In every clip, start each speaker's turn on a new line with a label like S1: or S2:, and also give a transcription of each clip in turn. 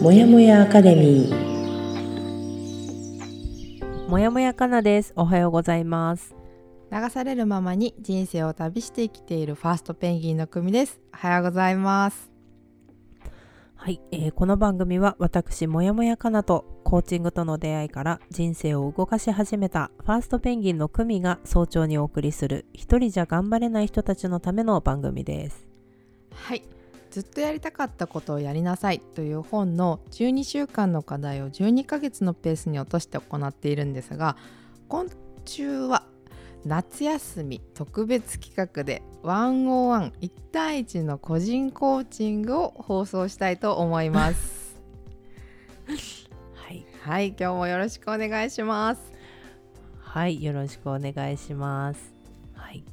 S1: もやもやアカデミー
S2: もやもやかなです。おはようございます。
S3: 流されるままに人生を旅して生きているファーストペンギンの組ですおはようございます
S2: はい、えーこの番組は私もやもやかなとコーチングとの出会いから人生を動かし始めたファーストペンギンの組が早朝にお送りする一人じゃ頑張れない人たちのための番組です。
S3: はいずっとやりたかったことをやりなさいという本の12週間の課題を12ヶ月のペースに落として行っているんですが今週は夏休み特別企画で101一対一の個人コーチングを放送したいと思います
S2: はい、
S3: はい今日もよろしくお願いします
S2: はい、よろしくお願いします。はい。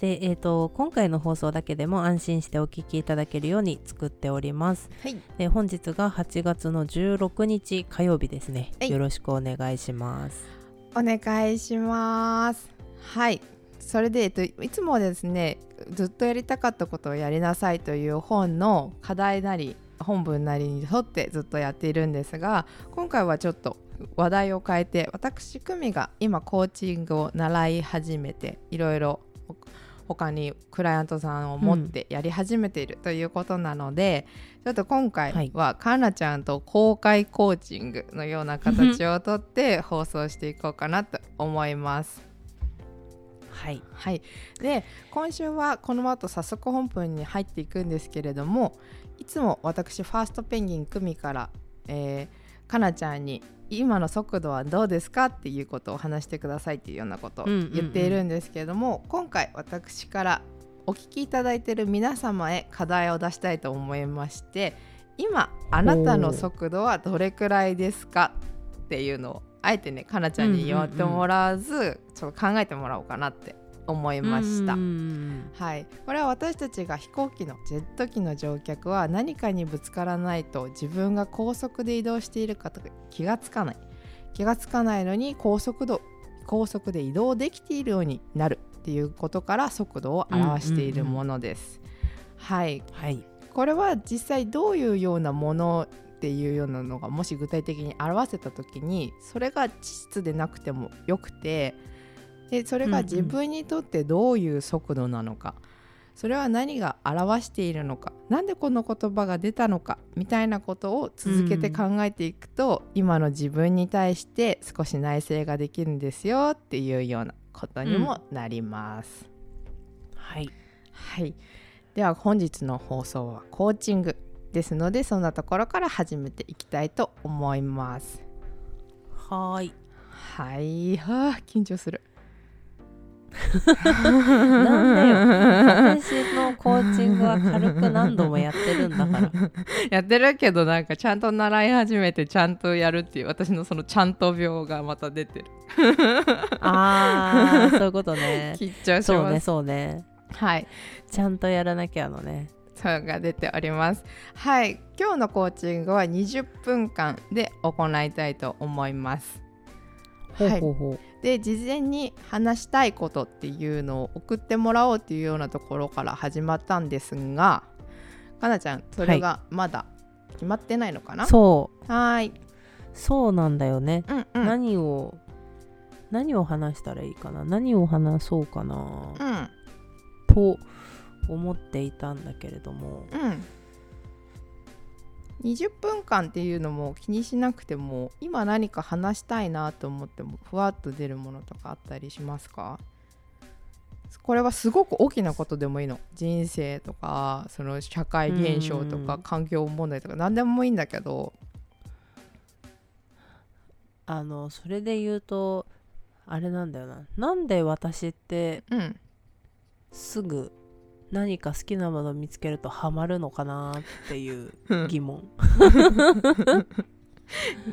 S2: で、えっ、と今回の放送だけでも安心してお聞きいただけるように作っております。
S3: はい
S2: で、本日が8月の16日火曜日ですね。
S3: はい
S2: よろしくお願いします。
S3: お願いしますはいそれで、えっと、いつもですねずっとやりたかったことをやりなさいという本の課題なり本文なりに沿ってずっとやっているんですが今回はちょっと話題を変えて私久美が今コーチングを習い始めていろいろほ他にクライアントさんを持ってやり始めているということなので、ちょっと今回はカンナちゃんと公開コーチングのような形をとって放送していこうかなと思います。
S2: はい。
S3: はい、で今週はこの後早速本文に入っていくんですけれどもいつも私ファーストペンギン組から、えーかなちゃんに今の速度はどうですかっていうことを話してくださいっていうようなことを
S2: うんうんうん
S3: 言っているんですけれども、今回私からお聞きいただいている皆様へ課題を出したいと思いまして今あなたの速度はどれくらいですかっていうのをあえてねかなちゃんに言ってもらわず、ちょっと考えてもらおうかなって思いました。
S2: うんうん
S3: はい、これは私たちが飛行機のジェット機の乗客は何かにぶつからないと自分が高速で移動しているかとか気がつかない気がつかないのに高速度高速で移動できているようになるっていうことから速度を表しているものです。はい
S2: うんはい。
S3: これは実際どういうようなものっていうようなのがもし具体的に表せた時にそれが事実でなくてもよくてでそれ
S2: うんう
S3: が
S2: ん
S3: 自分にとってどういう速度なのか、それは何が表しているのかなんでこの言葉が出たのかみたいなことを続けて考えていくと、今の自分に対して少し内省ができるんですよっていうようなことにもなります。
S2: はい。
S3: はい、では本日の放送はコーチングですのでそんなところから始めていきたいと思います
S2: はーい。
S3: はいはあ緊張する
S2: なんだよ。私のコーチングは軽く何度もやってるんだ から。
S3: やってるけどなんかちゃんと習い始めてちゃんとやるっていう私のそのちゃんと病がまた出てる
S2: ああ、そういうことね。
S3: 緊張し
S2: そう
S3: ま
S2: ね、
S3: す
S2: そうね。
S3: はい
S2: ちゃんとやらなきゃのね。
S3: そうが出ておりますはい今日のコーチングは20分間で行いたいと思いますはい
S2: ほうほうほ
S3: で事前に話したいことっていうのを送ってもらおうっていうようなところから始まったんですがかなちゃんそれがまだ決まってないのか
S2: う。
S3: な、は
S2: そう。
S3: ーい
S2: そうなんだよね。
S3: うんうんうん
S2: 何を、何を話したらいいかな。何を話そうかな。と思っていたんだけれども。
S3: うん20分間っていうのも気にしなくても今何か話したいなと思ってもふわっと出るものとかあったりしますかこれはすごく大きなことでもいいの人生とかその社会現象と
S2: う
S3: か
S2: ん
S3: 環境問題とか何でもいいんだけど
S2: あの、それで言うと、あれなんだよな。なんで私って
S3: うん
S2: すぐ何か好きなものを見つけるとハマるのかなっていう疑 問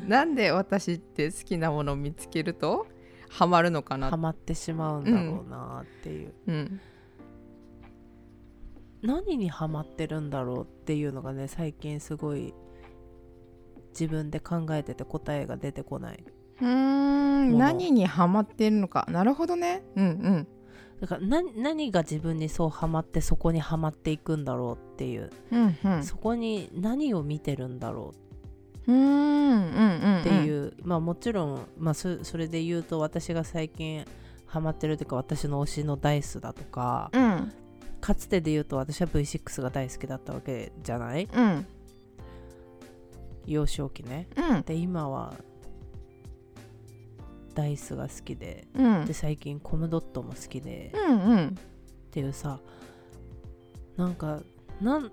S3: なんで私って好きなものを見つけるとハマるのか
S2: ハ
S3: な、
S2: マってしまうんだろうなっていう、
S3: うん、
S2: 何にハマってるんだろうっていうのがね最近すごい自分で考えてて答えが出てこないう
S3: ーん何にハマっているのかなるほどねうんうん
S2: だから何何が自分にそうハマってそこにハマっていくんだろうっていう、
S3: うんうん
S2: そこに何を見てるんだろうっ
S3: うんうんうん
S2: っていうう、まあもちろん、まあ、そそれで言うと私が最近ハマってるというか私の推しのダイスだとか
S3: んうん
S2: かつてで言うと私は V6 が大好きだったわけじゃない
S3: うん
S2: 幼少期ね
S3: うん
S2: で今はダイスが好きで
S3: うん
S2: で最近コムドットも好きで
S3: うんうん
S2: っていうさなんかなん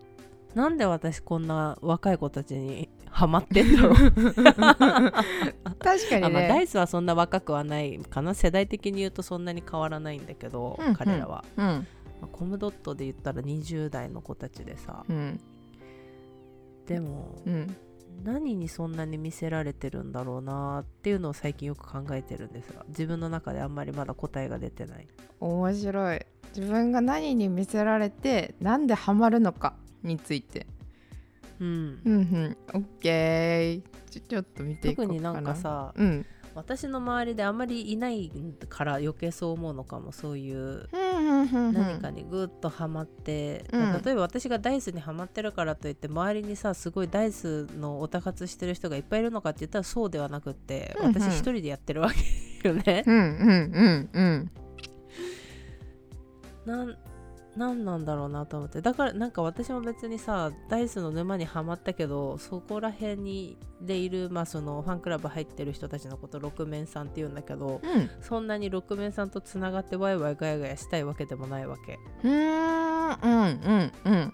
S2: なんで私こんな若い子たちにハマってんの
S3: 確か
S2: あ、
S3: に
S2: まあ、ダ
S3: ね
S2: イスはそんな若くはないかな世代的に言うとそんなに変わらないんだけど、
S3: うんうん
S2: 彼らは、
S3: うん
S2: まあコムドットで言ったら20代の子たちでさ
S3: うん
S2: でも
S3: うん
S2: 何にそんなに見せられてるんだろうなっていうのを最近よく考えてるんですが自分の中であんまりまだ答えが出てない
S3: 面白い自分が何に見せられてなんでハマるのかについて
S2: うん
S3: うんうんオッケーちょちょっと見ていこう
S2: 特
S3: かな
S2: になんかさ
S3: うん
S2: 私の周りであんまりいないから余計そう思うのかもそういう
S3: うんうんうんうん
S2: 何かにぐっとハマって、
S3: うん
S2: 例えば私がダイスにハマってるからといって周りにさすごいダイスのオタ活してる人がいっぱいいるのかって言ったらそうではなくって、
S3: うんうん
S2: 私一人でやってるわけよね。
S3: うんうんうんうん
S2: なんなんなんだろうなと思ってだからなんか私も別にさダイスの沼にはまったけどそこら辺にでいる、まあ、そのファンクラブ入ってる人たちのこと六面さんって言うんだけど
S3: うん
S2: そんなに六面さんとつながってワイワイガヤガヤしたいわけでもないわけ。
S3: うーんうんうんうん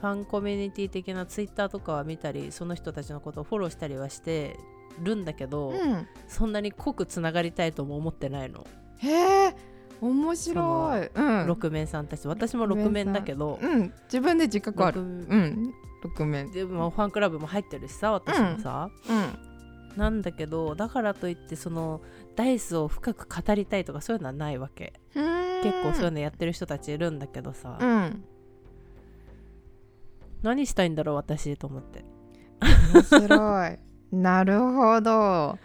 S2: ファンコミュニティ的なツイッターとかは見たりその人たちのことをフォローしたりはしてるんだけど、
S3: うん
S2: そんなに濃くつながりたいとも思ってないの、
S3: へえ面白いうん
S2: 六面さんたち私も六面だけど、
S3: うん自分で自覚ある
S2: 六
S3: うん六面
S2: でもファンクラブも入ってるしさ私もさ、
S3: うん
S2: なんだけどだからといってそのダイスを深く語りたいとかそういうのはないわけ結構そういう
S3: ね
S2: のやってる人たちいるんだけどさ、
S3: うん
S2: 何したいんだろう私と思って
S3: 面白いなるほど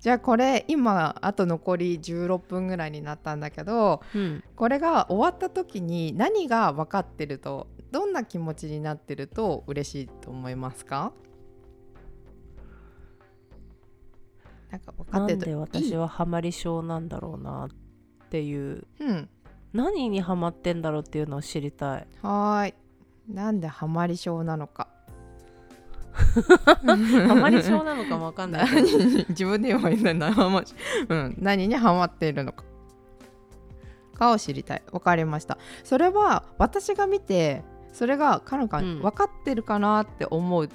S3: じゃあこれ今あと残り16分ぐらいになったんだけど
S2: うん
S3: これが終わった時に何が分かってるとどんな気持ちになってると嬉しいと思いますかなんか分か
S2: な
S3: って
S2: ん
S3: ると
S2: で私はハマり症なんだろうなっていう
S3: うん
S2: 何にハマってんだろうっていうのを知りた い
S3: はーいなんでハマり症な のか
S2: ハ
S3: ハ
S2: マり症なのかもわかんないけ ど
S3: 自分で言えばいいんだなハマしうん、何にハマっているのかかを知りたいわかりましたそれは私が見てそれが彼が
S2: うん
S3: 分かってるかなって思う、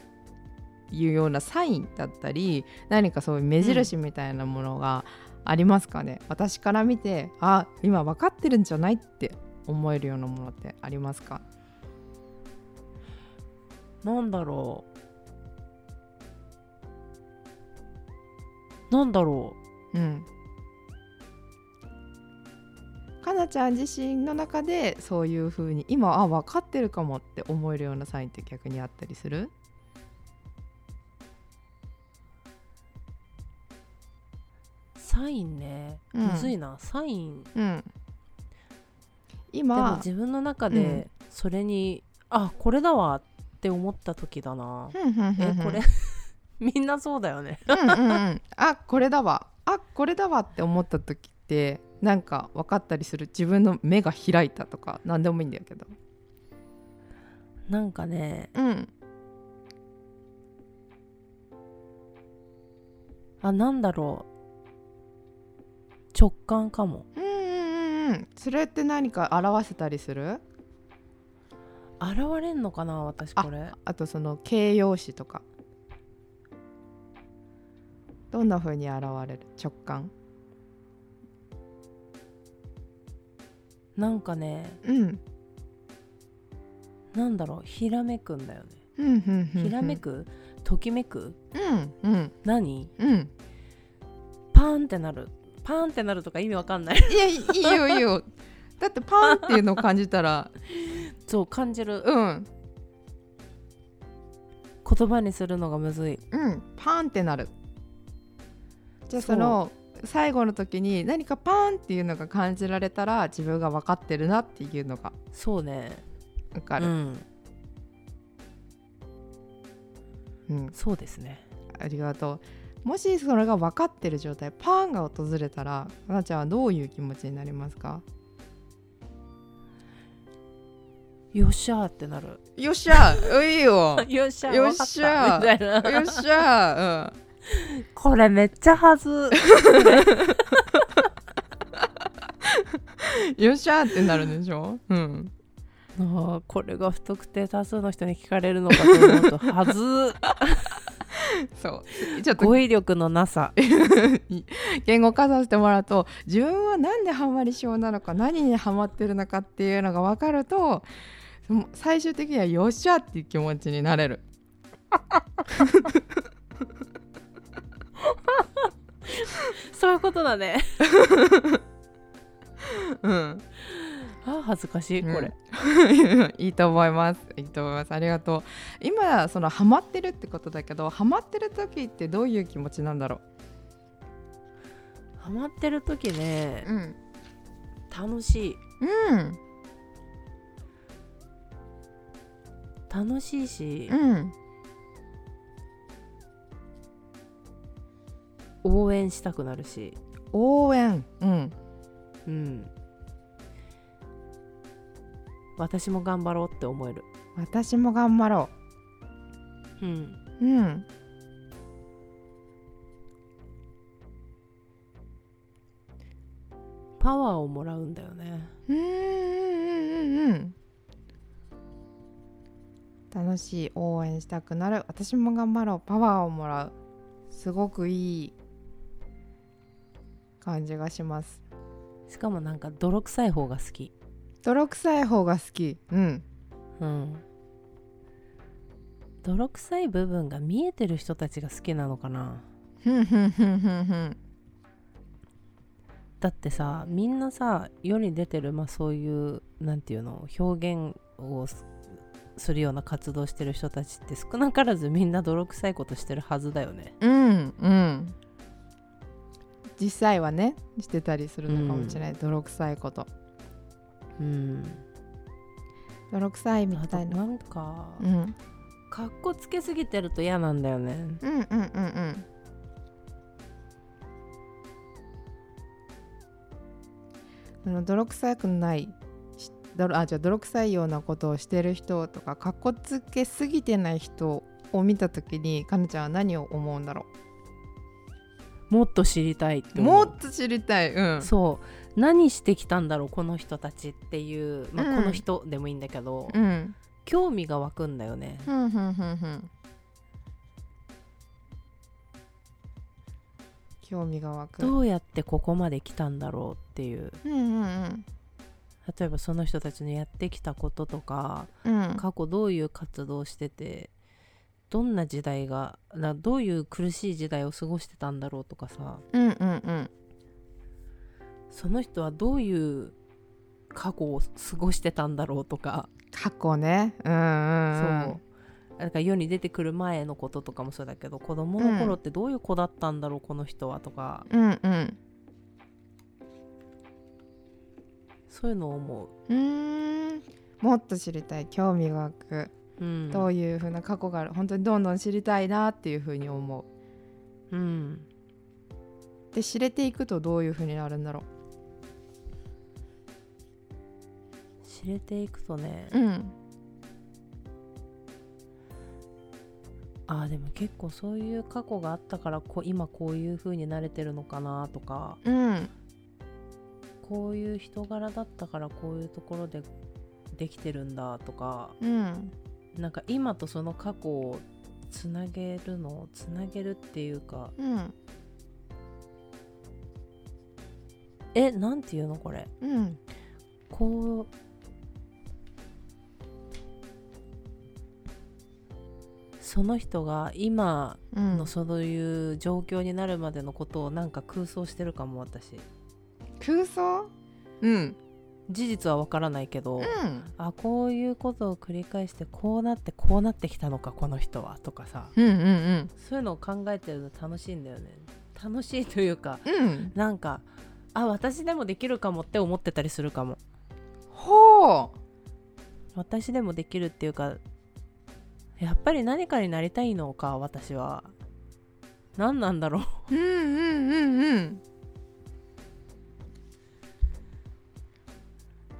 S3: いうようなサインだったり何かそういう目印みたいなものがありますかね、私から見てあ今分かってるんじゃないって思えるようなものってありますか
S2: なんだろうなんだろ
S3: うんかなちゃん自身の中でそういうふうに今あ分かってるかもって思えるようなサインって逆にあったりする
S2: うサインね、
S3: うん
S2: むずいなサインで
S3: うん
S2: も
S3: 今
S2: 自分の中
S3: う
S2: で
S3: ん
S2: それに、あこれだわって思った時だな、
S3: ふんふんふん
S2: え
S3: ふん
S2: これ みんなそうだよね
S3: うんうんうんあこれだわあこれだわって思った時ってなんか分かったりする自分の目が開いたとか何でもいいんだけど
S2: なんかね
S3: うん
S2: あなんだろう直感かも
S3: うんうんうんそれって何か表せたりする
S2: 現れんのかな私
S3: あ
S2: これ
S3: あとその形容詞とかどんな風に現れる直感
S2: なんかね
S3: うん
S2: なんだろうひらめくんだよね、
S3: うんうんうん
S2: ひらめくときめく
S3: うんうん
S2: 何
S3: うん
S2: パーンってなるパーンってなるとか意味わかんない
S3: いやいいよいいよだってパンっていうのを感じたら
S2: そう感じる
S3: うん
S2: 言葉にするのがむずい
S3: うんパンってなるじゃあ
S2: そう
S3: その最後の時に何かパンっていうのが感じられたら自分が分かってるなっていうのが
S2: そうね
S3: 分か
S2: う
S3: る、
S2: ん
S3: うん、
S2: そうですね
S3: ありがとうもしそれが分かってる状態パンが訪れたらかなちゃんはどういう気持ちになりますか
S2: よっしゃーってなる
S3: よっしゃいいよ
S2: よっしゃ
S3: よっしゃ
S2: わかったみたいな
S3: よっしゃ、
S2: これめっちゃはず
S3: うん、よっしゃってなるでしょ、うん、
S2: あーこれが不特定多数の人に聞かれるのかと思うとは ず
S3: そうちょっと
S2: 語彙力のなさ
S3: 言語化させてもらうと自分は何でハマり症なのか何にハマってるのかっていうのが分かるともう最終的にはよっしゃっていう気持ちになれる
S2: そういうことだね
S3: うん
S2: あー恥ずかしいこれ、
S3: うん いいと思いますいいと思いますありがとう今そのハマってるってことだけどハマってる時ってどういう気持ちなんだろ
S2: ハマってる時ね
S3: ううん
S2: 楽しい
S3: うん
S2: 楽しいし、
S3: うん
S2: 応援したくなるし
S3: 応援うん
S2: うん私も頑張ろうって思える
S3: 私も頑張ろ
S2: うん
S3: ううん
S2: パワーをもらうんだよね
S3: うんうんうんうん楽しい応援したくなる私も頑張ろうパワーをもらうすごくいい感じがします
S2: しかもなんか泥臭い方が好き
S3: 泥臭い方が好きうん
S2: うん泥臭い部分が見えてる人たちが好きなのかな
S3: ふんふんふんふんふん
S2: だってさみんなさ世に出てる、まあ、そういうなんていうの表現をすするような活動してる人たちって少なからずみんな泥臭いことしてるはずだよね
S3: うんうん実際はねしてたりするのかもしれない、泥臭いこと
S2: うん
S3: 泥臭いみ
S2: あと
S3: たいな、
S2: なんか、
S3: うん、うん
S2: かっこつけすぎてると嫌なんだよね
S3: うんうんうんその泥臭くないし泥あじゃあ泥臭いようなことをしてる人とかかっこつけすぎてない人を見た時にかなちゃんは何を思うんだろ
S2: もっと知りたいって
S3: う
S2: 思
S3: も
S2: う
S3: っと知りたいうん
S2: そう何してきたんだろうこの人たちっていう、まあ
S3: うん
S2: この人でもいいんだけど、
S3: うん
S2: 興味が湧くんだよね
S3: ふんふんふんふん興味が湧く
S2: どうやってここまで来たんだろうっていう
S3: うんうん
S2: 例えばその人たちのやってきたこととか
S3: うんうん
S2: 過去どういう活動をしててどんな時代がなどういう苦しい時代を過ごしてたんだろうとかさ
S3: うんうんうん
S2: その人はどういう過去を過ごしてたんだろうとか
S3: 過去ねうんうんうん
S2: そうだから世に出てくる前のこととかもそうだけど子供の頃ってどういう子だったんだろう、この人はとか
S3: うんうん
S2: そういうのを思
S3: うーんもっと知りたい興味が湧く、
S2: う、うん
S3: どういう風な過去がある本当にどんどん知りたいなっていう風に思
S2: うん、
S3: うで知れていくとどういう風になるんだろ
S2: 知れていくとね、
S3: ううん
S2: ああでも結構そういう過去があったからこ今こういう風に慣れてるのかなとか
S3: うん
S2: こういう人柄だったからこういうところでできてるんだとか
S3: うん
S2: なんか今とその過去をつなげるのをつなげるっていうか
S3: うん
S2: えなんていうのこれ
S3: うん
S2: こうその人が今
S3: うん
S2: のそういう状況になるまでのことをなんか空想してるかも私
S3: 空想うん
S2: 事実はわからないけど、
S3: うん
S2: あこういうことを繰り返してこうなってこうなってきたのかこの人はとかさ
S3: うんうん
S2: そういうのを考えてるの楽しいんだよね楽しいというか
S3: うんうん
S2: なんかあ私でもできるかもって思ってたりするかも
S3: ほう
S2: 私でもできるっていうかやっぱり何かになりたいのか私は何なんだろう
S3: うんうんうんうん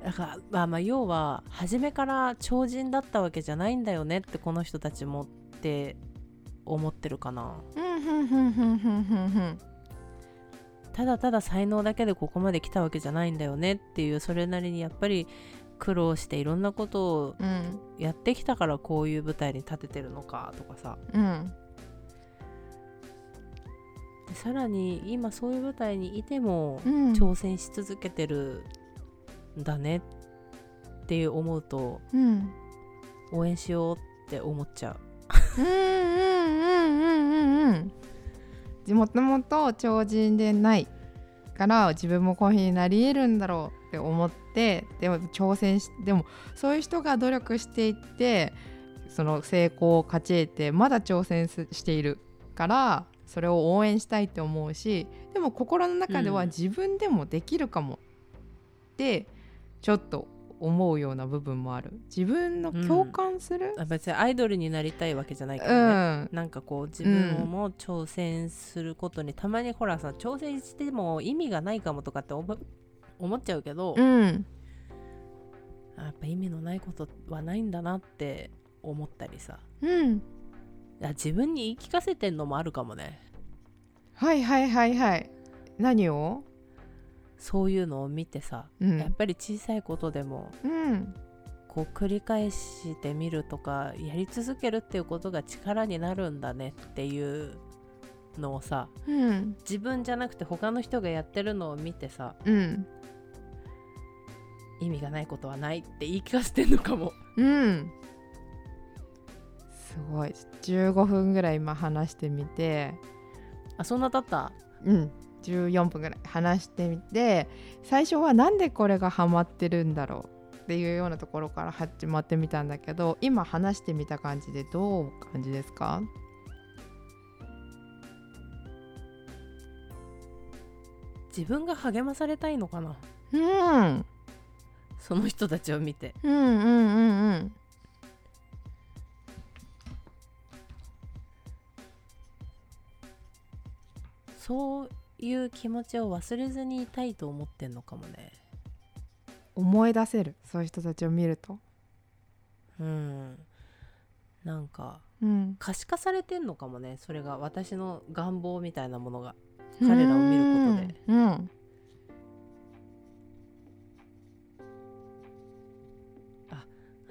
S2: だからまあまあ要は初めから超人だったわけじゃないんだよねってこの人たちもって思ってるかな
S3: うんふんふんふんふんふんふん
S2: ただただ才能だけでここまで来たわけじゃないんだよねっていうそれなりにやっぱり苦労していろんなことを
S3: うん
S2: やってきたからこういう舞台に立ててるのかとかさ
S3: うん
S2: でさらに今そういう舞台にいても
S3: うん
S2: 挑戦し続けてるんだねって思うと
S3: うんうん
S2: 応援しようって思っちゃう
S3: うんうんうんうんうんでもともと超人でないから自分もこういうふうになり得るんだろうって思ってでも挑戦しでもそういう人が努力していってその成功を勝ち得てまだ挑戦すしているからそれを応援したいって思うしでも心の中で
S2: う
S3: は
S2: ん
S3: 自分でもできるかもってちょっと思うような部分もある自分の共感する、
S2: あ別にアイドルになりたいわけじゃないか
S3: う
S2: らね、
S3: ん、
S2: なんかこう自分をも挑戦することに、たまにほらさ挑戦しても意味がないかもとかって思思っちゃうけど、
S3: うん
S2: あやっぱ意味のないことはないんだなって思ったりさ
S3: うん
S2: あ自分に言い聞かせてんのもあるかもね
S3: はいはいはいはい何を
S2: そういうのを見てさ、
S3: う
S2: やっ
S3: ん、
S2: ぱり小さいことでも
S3: うん、
S2: こう繰り返してみるとかやり続けるっていうことが力になるんだねっていうのをさ
S3: うん
S2: 自分じゃなくて他の人がやってるのを見てさ
S3: うん
S2: 意味がないことはないって言い聞かせてんのかも。
S3: うんすごい15分ぐらい今話してみて
S2: あそんな経った
S3: うん14分ぐらい話してみて最初はなんでこれがハマってるんだろうっていうようなところから始まってみたんだけど今話してみた感じでどう感じですか
S2: 自分が励まされたいのかな
S3: うんうん
S2: その人たちを見て
S3: うんうんうん
S2: そういう気持ちを忘れずにいたいと思ってんのかもね
S3: 思い出せるそういう人たちを見ると
S2: うんなんか
S3: うん
S2: 可視化されてんのかもねそれが私の願望みたいなものが彼らを見ることで
S3: うんうん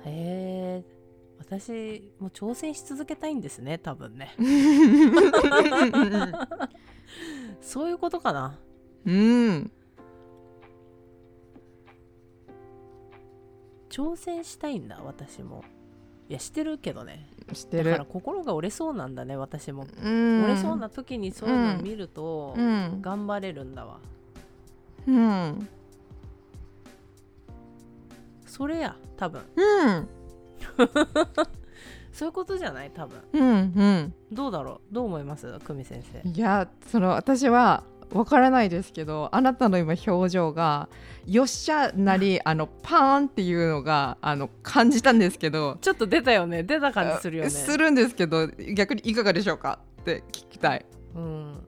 S2: へえ私も挑戦し続けたいんですね多分ねそういうことかな
S3: うん、
S2: 挑戦したいんだ私もいやしてるけどね
S3: して
S2: だから
S3: る。
S2: 心が折れそうなんだね私も、
S3: うん
S2: 折れそうな時にそういうのを見ると、
S3: うん、
S2: 頑張れるんだわ
S3: うん、
S2: それや多分
S3: うん、
S2: そういうことじゃない多分
S3: うん、
S2: どうだろうどう思います久美先生
S3: うん。いや、その私はわからないですけど、あなたの今表情がよっしゃなりあのパーンっていうのがあの感じたんですけど、
S2: ちょっと出たよね出た感じするよね
S3: するんですけど、逆にいかがでしょうかって聞きたい。
S2: うん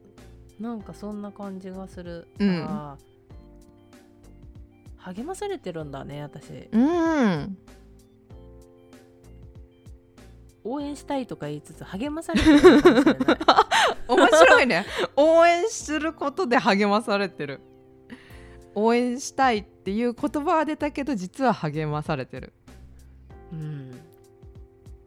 S2: なんかそんな感じがする、
S3: うん
S2: あー励まされてるんだね私
S3: うん、
S2: 応援したいとか言いつつ励まされてるのかもしれ ない
S3: 面白いね応援することで励まされてる応援したいっていう言葉は出たけど実は励まされてる
S2: うん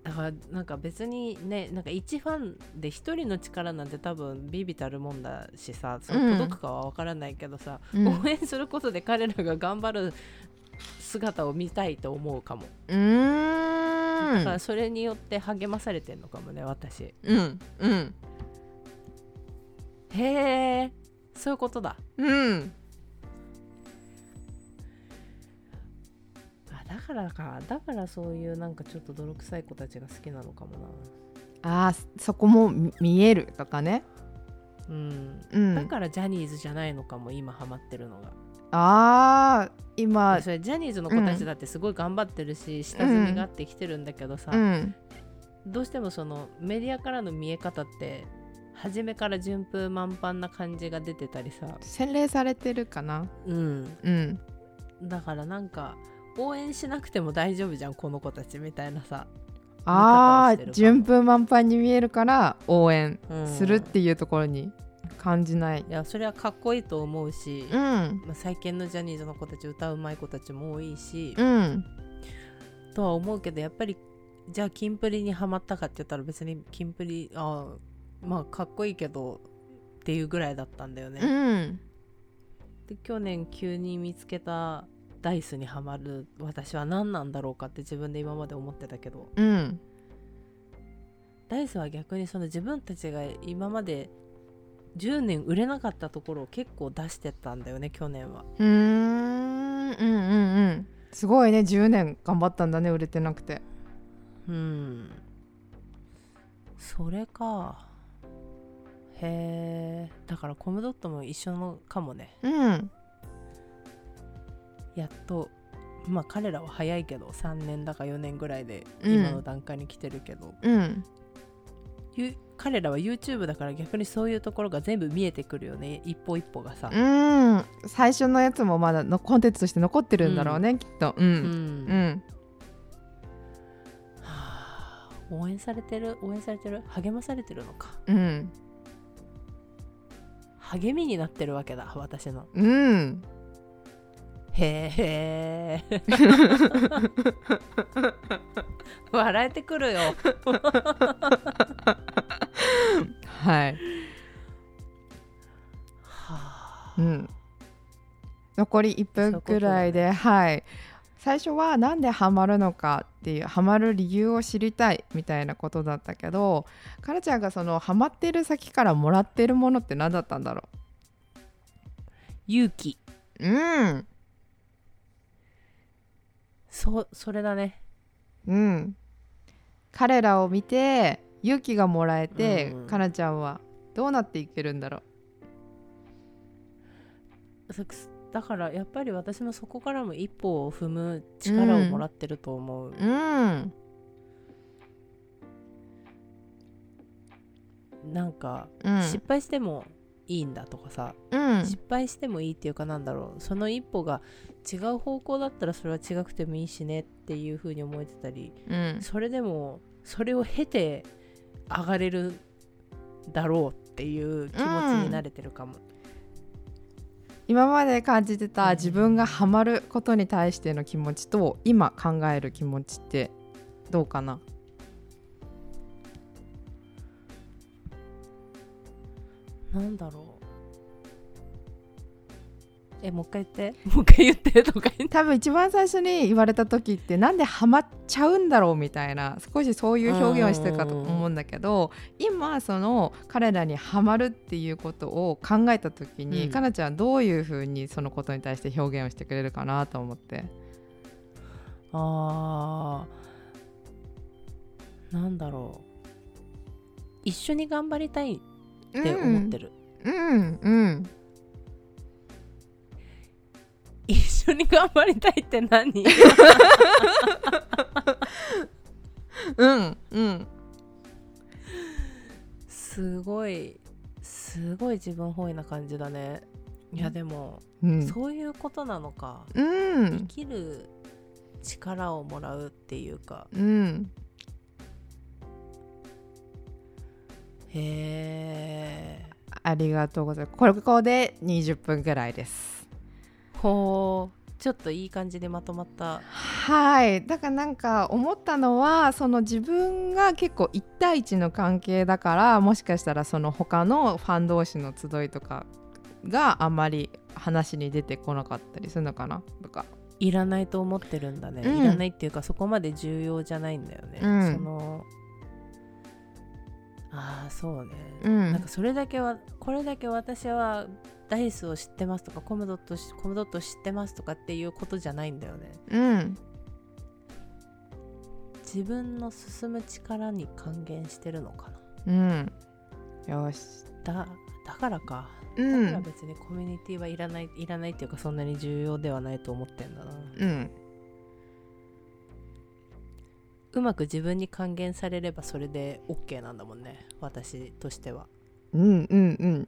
S2: だからなんか別にねなんか一ファンで一人の力なんて多分ビビたるもんだしさそ
S3: うん
S2: の届くかは分からないけどさ、
S3: うん
S2: 応援することで彼らが頑張る姿を見たいと思うかも、だからそれによって励まされてるのかもね私
S3: うんうん
S2: へえそういうことだ
S3: うん
S2: あだからかだからそういうなんかちょっと泥臭い子たちが好きなのかもな
S3: あーそこも見見えるとかね、
S2: うん
S3: うん、
S2: だからジャニーズじゃないのかも今ハマってるのが、
S3: あー今
S2: それジャニーズの子たちだってすごい頑張ってるし、下積みがあってきてるんだけどさ、
S3: うん
S2: どうしてもそのメディアからの見え方って初めから順風満帆な感じが出てたりさ、
S3: 洗礼されてるかな
S2: うん、
S3: うん
S2: だからなんか応援しなくても大丈夫じゃんこの子たちみたいなさ、
S3: あ
S2: 見方をしてるか
S3: ー
S2: も
S3: 順風満帆に見えるから応援
S2: うん
S3: するっていうところに感じない
S2: いやそれはかっこいいと思うし、
S3: うん
S2: まあ、最近のジャニーズの子たち歌うまい子たちも多いし、
S3: うん
S2: とは思うけどやっぱりじゃあキンプリにハマったかって言ったら別にキンプリあーまあかっこいいけどっていうぐらいだったんだよね。
S3: うん
S2: で去年急に見つけたダイスにはまる私は何なんだろうかって自分で今まで思ってたけど
S3: うん
S2: ダイスは逆にその自分たちが今まで10年売れなかったところを結構出してたんだよね去年は。
S3: うーんうんうんうんすごいね10年頑張ったんだね売れてなくて
S2: うんそれかへえだからコムドットも一緒のかもね
S3: うん
S2: やっとまあ彼らは早いけど3年だか4年ぐらいで
S3: うん
S2: 今の段階に来てるけど、
S3: うん
S2: ゆ彼らは YouTube だから逆にそういうところが全部見えてくるよね一歩一歩がさ、
S3: うん最初のやつもまだのコンテンツとして残ってるんだろうね、きっとう
S2: うん
S3: んうん
S2: はあ応援されてる応援されてる励まされてるのか
S3: うん
S2: 励みになってるわけだ私の
S3: うん
S2: へえ 笑えてくるよ
S3: はい
S2: はあ
S3: うん、残り1
S2: そういう
S3: 分
S2: ことだね
S3: くらいではい最初はなんでハマるのかっていうハマる理由を知りたいみたいなことだったけどかなちゃんがそのハマってる先からもらってるものって何だったんだろ
S2: 勇気
S3: ううん
S2: そうそれだね
S3: うん彼らを見て勇気がもらえて、
S2: うん
S3: かなちゃんはどうなっていけるんだろ
S2: そだからやっぱり私もそこからも一歩を踏む力をもらってると思う
S3: ううん
S2: なんか、
S3: うん
S2: 失敗してもいいんだとかさ、
S3: うん
S2: 失敗してもいいっていうかなんだろうその一歩が違う方向だったらそれは違くてもいいしねっていう風に思えてたり
S3: うん
S2: それでもそれを経て上がれるだろうっていう気持ちに慣れてるかも、
S3: 今まで感じて
S2: うん
S3: た自分がハマることに対しての気持ちと今考える気持ちってどうかな
S2: なんだろうえもう一回言って もう一回言ってとか言って
S3: 多分一番最初に言われた時ってなんでハマっちゃうんだろうみたいな少しそういう表現をしてたと思うんだけど今その彼らにハマるっていうことを考えた時に、
S2: うん
S3: かなちゃんどういうふうにそのことに対して表現をしてくれるかなと思って。
S2: あーなんだろう一緒に頑張りたいって思って
S3: る。
S2: る、
S3: うんうん
S2: 一緒に頑張りたいって 何
S3: うんうん
S2: すごいすごい自分本位な感じだねいやでも、
S3: うん
S2: そういうことなのか
S3: うん
S2: 生きる力をもらうっていうか
S3: うん
S2: へえ
S3: ありがとうございます。これここで20分ぐらいです。
S2: ほうちょっといい感じでまとまった
S3: はい、だからなんか思ったのはその自分が結構1対1の関係だからもしかしたらその他のファン同士の集いとかがあんまり話に出てこなかったりするのかなとか。
S2: いらないと思ってるんだね、
S3: うん
S2: いらないっていうかそこまで重要じゃないんだよね、
S3: うん
S2: そのああそうね、
S3: うん
S2: なんかそれだけはこれだけ私はダイスを知ってますとかコムドットしコムドット知ってますとかっていうことじゃないんだよね
S3: うん
S2: 自分の進む力に還元してるのかな
S3: うん、よし、
S2: だだからかだ
S3: う
S2: から
S3: ん
S2: 別にコミュニティはいらない、いらないっていうかそんなに重要ではないと思ってんだな
S3: うん
S2: うまく自分に還元されればそれで OK なんだもんね私としては
S3: うんうんうん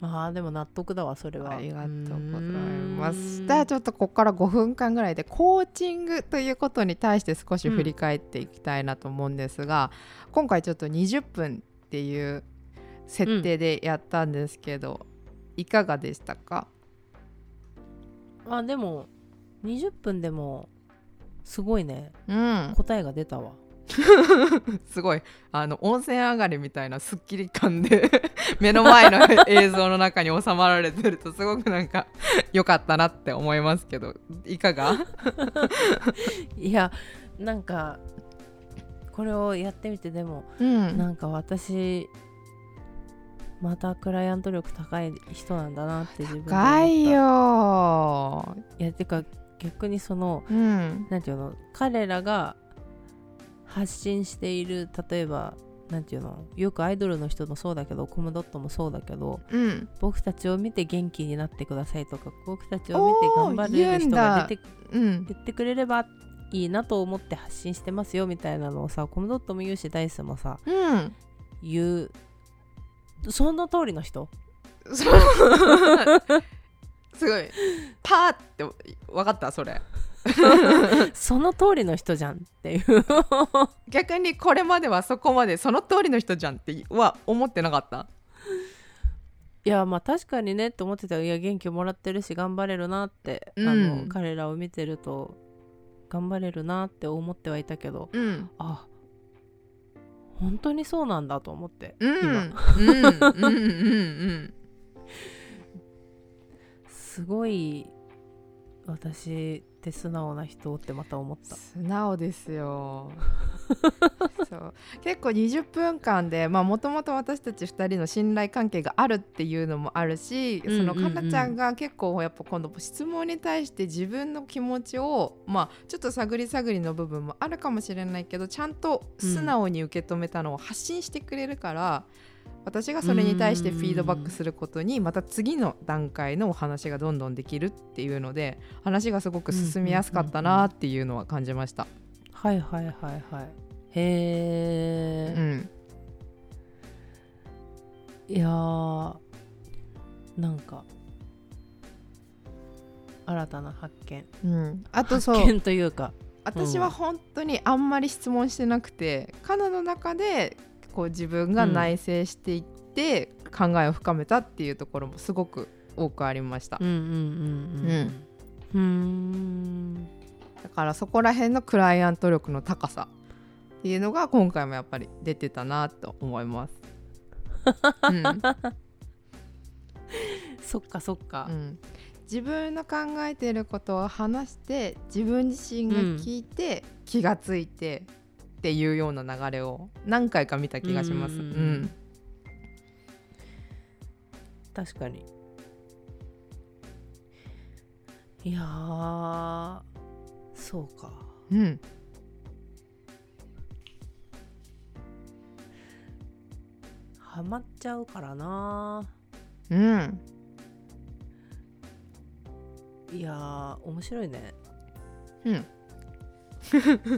S2: あーでも納得だわそれは
S3: ありがとうございます。じゃあちょっとここから5分間ぐらいでコーチングということに対して少し振り返っていきたいなと思うんですが、今回ちょっと20分っていう設定でやったんですけど、いかがでしたか
S2: とあでも20分でもすごいね
S3: うん、
S2: 答えが出たわ
S3: すごいあの温泉上がりみたいなすっきり感で 目の前の映像の中に収まられてるとすごくなんか良かったなって思いますけどいかが
S2: いやなんかこれをやってみてでも
S3: うん
S2: なんか私またクライアント力高い人なんだなって自分で思った
S3: 高いよ
S2: いやてか逆にその
S3: うん
S2: なんていうの彼らが発信している例えばなんていうのよくアイドルの人もそうだけどコムドットもそうだけど
S3: うん
S2: 僕たちを見て元気になってくださいとか僕たちを見て頑張れる人が出て
S3: うん
S2: 言ってくれればいいなと思って発信してますよみたいなのをさコムドットも言うしダイスもさ
S3: うん
S2: 言うその通りの人
S3: そうすごいパーって分かったそれ
S2: その通りの人じゃんっていう
S3: 逆にこれまではそこまでその通りの人じゃんっては思ってなかった
S2: いやまあ確かにねって思ってたいや元気もらってるし頑張れるなって、
S3: うん
S2: あの彼らを見てると頑張れるなって思ってはいたけど
S3: うん
S2: あ本当にそうなんだと思って、
S3: うんうん
S2: 今
S3: うんうん
S2: すごい私って素直な人ってまた思った
S3: 素直ですよ そう結構20分間でもともと私たち2人の信頼関係があるっていうのもあるし、
S2: うんうんうん
S3: そのかなちゃんが結構やっぱ今度質問に対して自分の気持ちをまあちょっと探り探りの部分もあるかもしれないけどちゃんと素直に受け止めたのを発信してくれるから。私がそれに対してフィードバックすることにまた次の段階のお話がどんどんできるっていうので話がすごく進みやすかったなっていうのは感じました。
S2: はいはいはいはいへ
S3: う
S2: え、
S3: ん、
S2: いやーなんか新たな発見
S3: うん、あと
S2: 発
S3: そう
S2: 見というか
S3: 私は本当にあんまり質問してなくて、カナの中でこう自分が内省していって考えを深めたっていうところもすごく多くありました、
S2: うんうんうんうんうんう
S3: だからそこら辺のクライアント力の高さっていうのが今回もやっぱり出てたなと思い ます。うん
S2: ーんそっかそっか、
S3: うん、自分の考えていることを話して自分自身が聞いて、気がついてっていうような流れを何回か見た気がします。
S2: う
S3: うんん
S2: 確かにいやーそうか
S3: うん
S2: ハマっちゃうからな
S3: うん、
S2: いやー面白いね
S3: うん、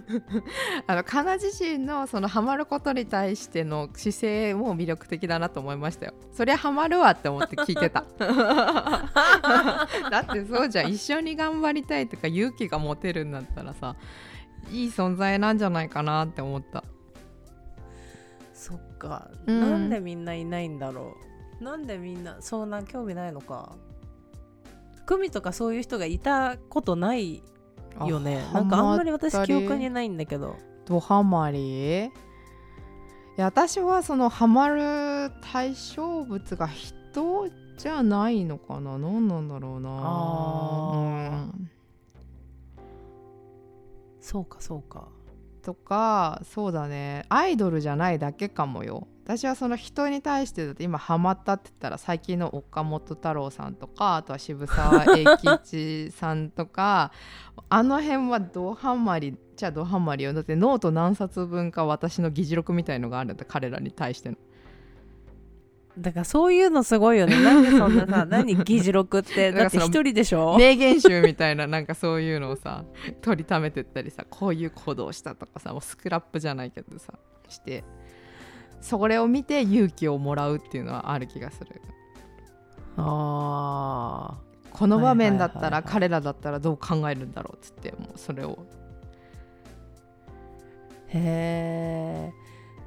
S3: あのカナ自身のそのハマることに対しての姿勢も魅力的だなと思いましたよ。そりゃハマるわって思って聞いてた。 だってそうじゃん一緒に頑張りたいとか勇気が持てるんだったらさいい存在なんじゃないかなって思った。
S2: そっか、
S3: うん
S2: なんでみんないないんだろうなんでみんなそんな興味ないのか組とかそういう人がいたことないよね
S3: あ
S2: なんかあんまり
S3: ハマ
S2: 私
S3: った
S2: 記
S3: り
S2: 憶にないんだけど
S3: ドハマりいや私はそのハマる対象物が人じゃないのかな何なんだろうな
S2: あ
S3: うん
S2: そうかそうか
S3: とかそうだねアイドルじゃないだけかもよ私はその人に対してだって今ハマったって言ったら最近の岡本太郎さんとかあとは渋沢栄吉さんとかあの辺はドハマりじゃあドハマりよだってノート何冊分か私の議事録みたいのがあるんだって彼らに対しての
S2: だからそういうのすごいよ ねなんでそんなさ何議事録って
S3: なん
S2: だっ
S3: かそ
S2: て
S3: の
S2: 一人でしょ、
S3: 名言集みたいななんかそういうのをさ 取りためてったりさこういう行動をしたとかさもうスクラップじゃないけどさしてそれを見て勇気をもらうっていうのはある気がする
S2: あー
S3: この場面だった
S2: はいはいはいは
S3: ら
S2: い
S3: 彼らだったらどう考えるんだろうっつってもうそれを
S2: へえ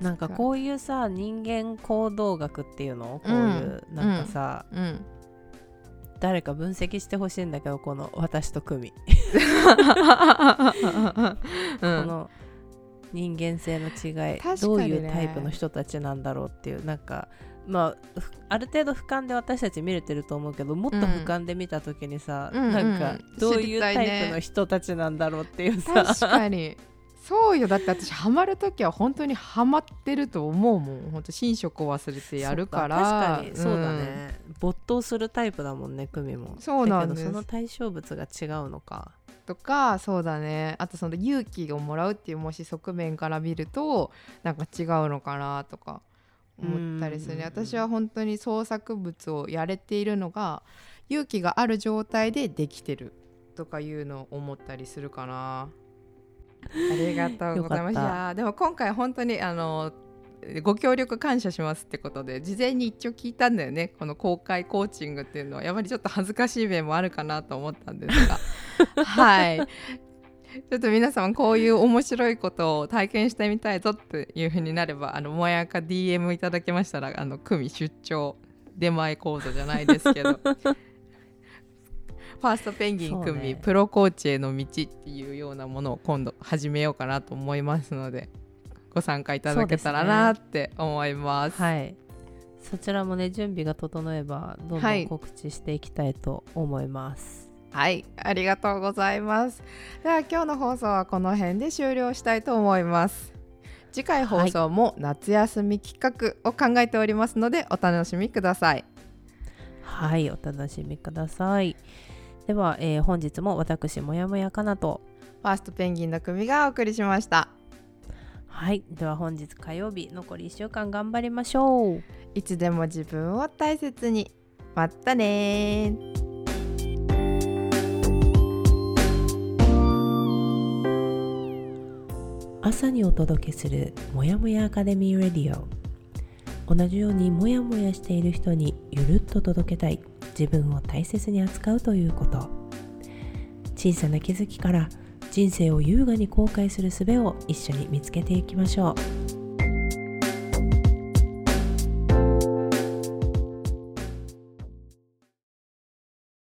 S2: なんか
S3: そっか
S2: こういうさ人間行動学っていうのこういう、
S3: うん
S2: なんかさ、
S3: うん
S2: 誰か分析してほしいんだけどこの私と組、この人間性の違い、
S3: 確かにね
S2: どういうタイプの人たちなんだろうっていうなんかまあふある程度俯瞰で私たち見れてると思うけどもっと
S3: うん
S2: 俯瞰で見た時にさ、
S3: うんうん
S2: なんかどう
S3: 知
S2: いう
S3: り
S2: タ
S3: たいね
S2: イプの人たちなんだろうっていうさ
S3: 確かにそうよだって私ハマる時は本当にハマってると思うもん本当寝食を忘れてやるから
S2: そう確かにそうだ、ね、没頭するタイプだもんね組も
S3: そうなんです
S2: だけどその対象物が違うのか
S3: うんとかそうだねあとその勇気をもらうっていうもし側面から見るとなんか違うのかなとか思ったりするね
S2: うんうんうん
S3: 私は本当に創作物をやれているのが勇気がある状態でできてるとかいうのを思ったりする かな。ありがとうございまし
S2: よかった
S3: た。でも今回本当にあのご協力感謝しますってことで事前に一応聞いたんだよねこの公開コーチングっていうのはやっぱりちょっと恥ずかしい面もあるかなと思ったんです がはい ちょっと皆さんこういう面白いことを体験してみたいぞっていうふうになればあのもやか DM いただけましたらあの組出張出前講座じゃないですけど ファーストペンギン
S2: そう
S3: 組、
S2: ね
S3: プロコーチへの道っていうようなものを今度始めようかなと思いますのでご参加いただけたらなって思います。
S2: はいそちらもね準備が整えばどんど
S3: は
S2: ん
S3: い
S2: 告知していきたいと思います、
S3: はい、ありがとうございます。では今日の放送はこの辺で終了したいと思います。次回放送も夏休み企画を考えておりますのでお楽しみください。
S2: はい、お楽しみください。では、えー本日も私もやもやかなと。
S3: ファーストペンギンの組がお送りしました。
S2: はい、では本日火曜日残り1週間頑張りましょう。
S3: いつでも自分を大切に。まったねー。
S2: 朝にお届けするもやもやアカデミーレディオ。同じようにもやもやしている人にゆるっと届けたい自分を大切に扱うということ。小さな気づきから人生を優雅に後悔する術を一緒に見つけていきましょう。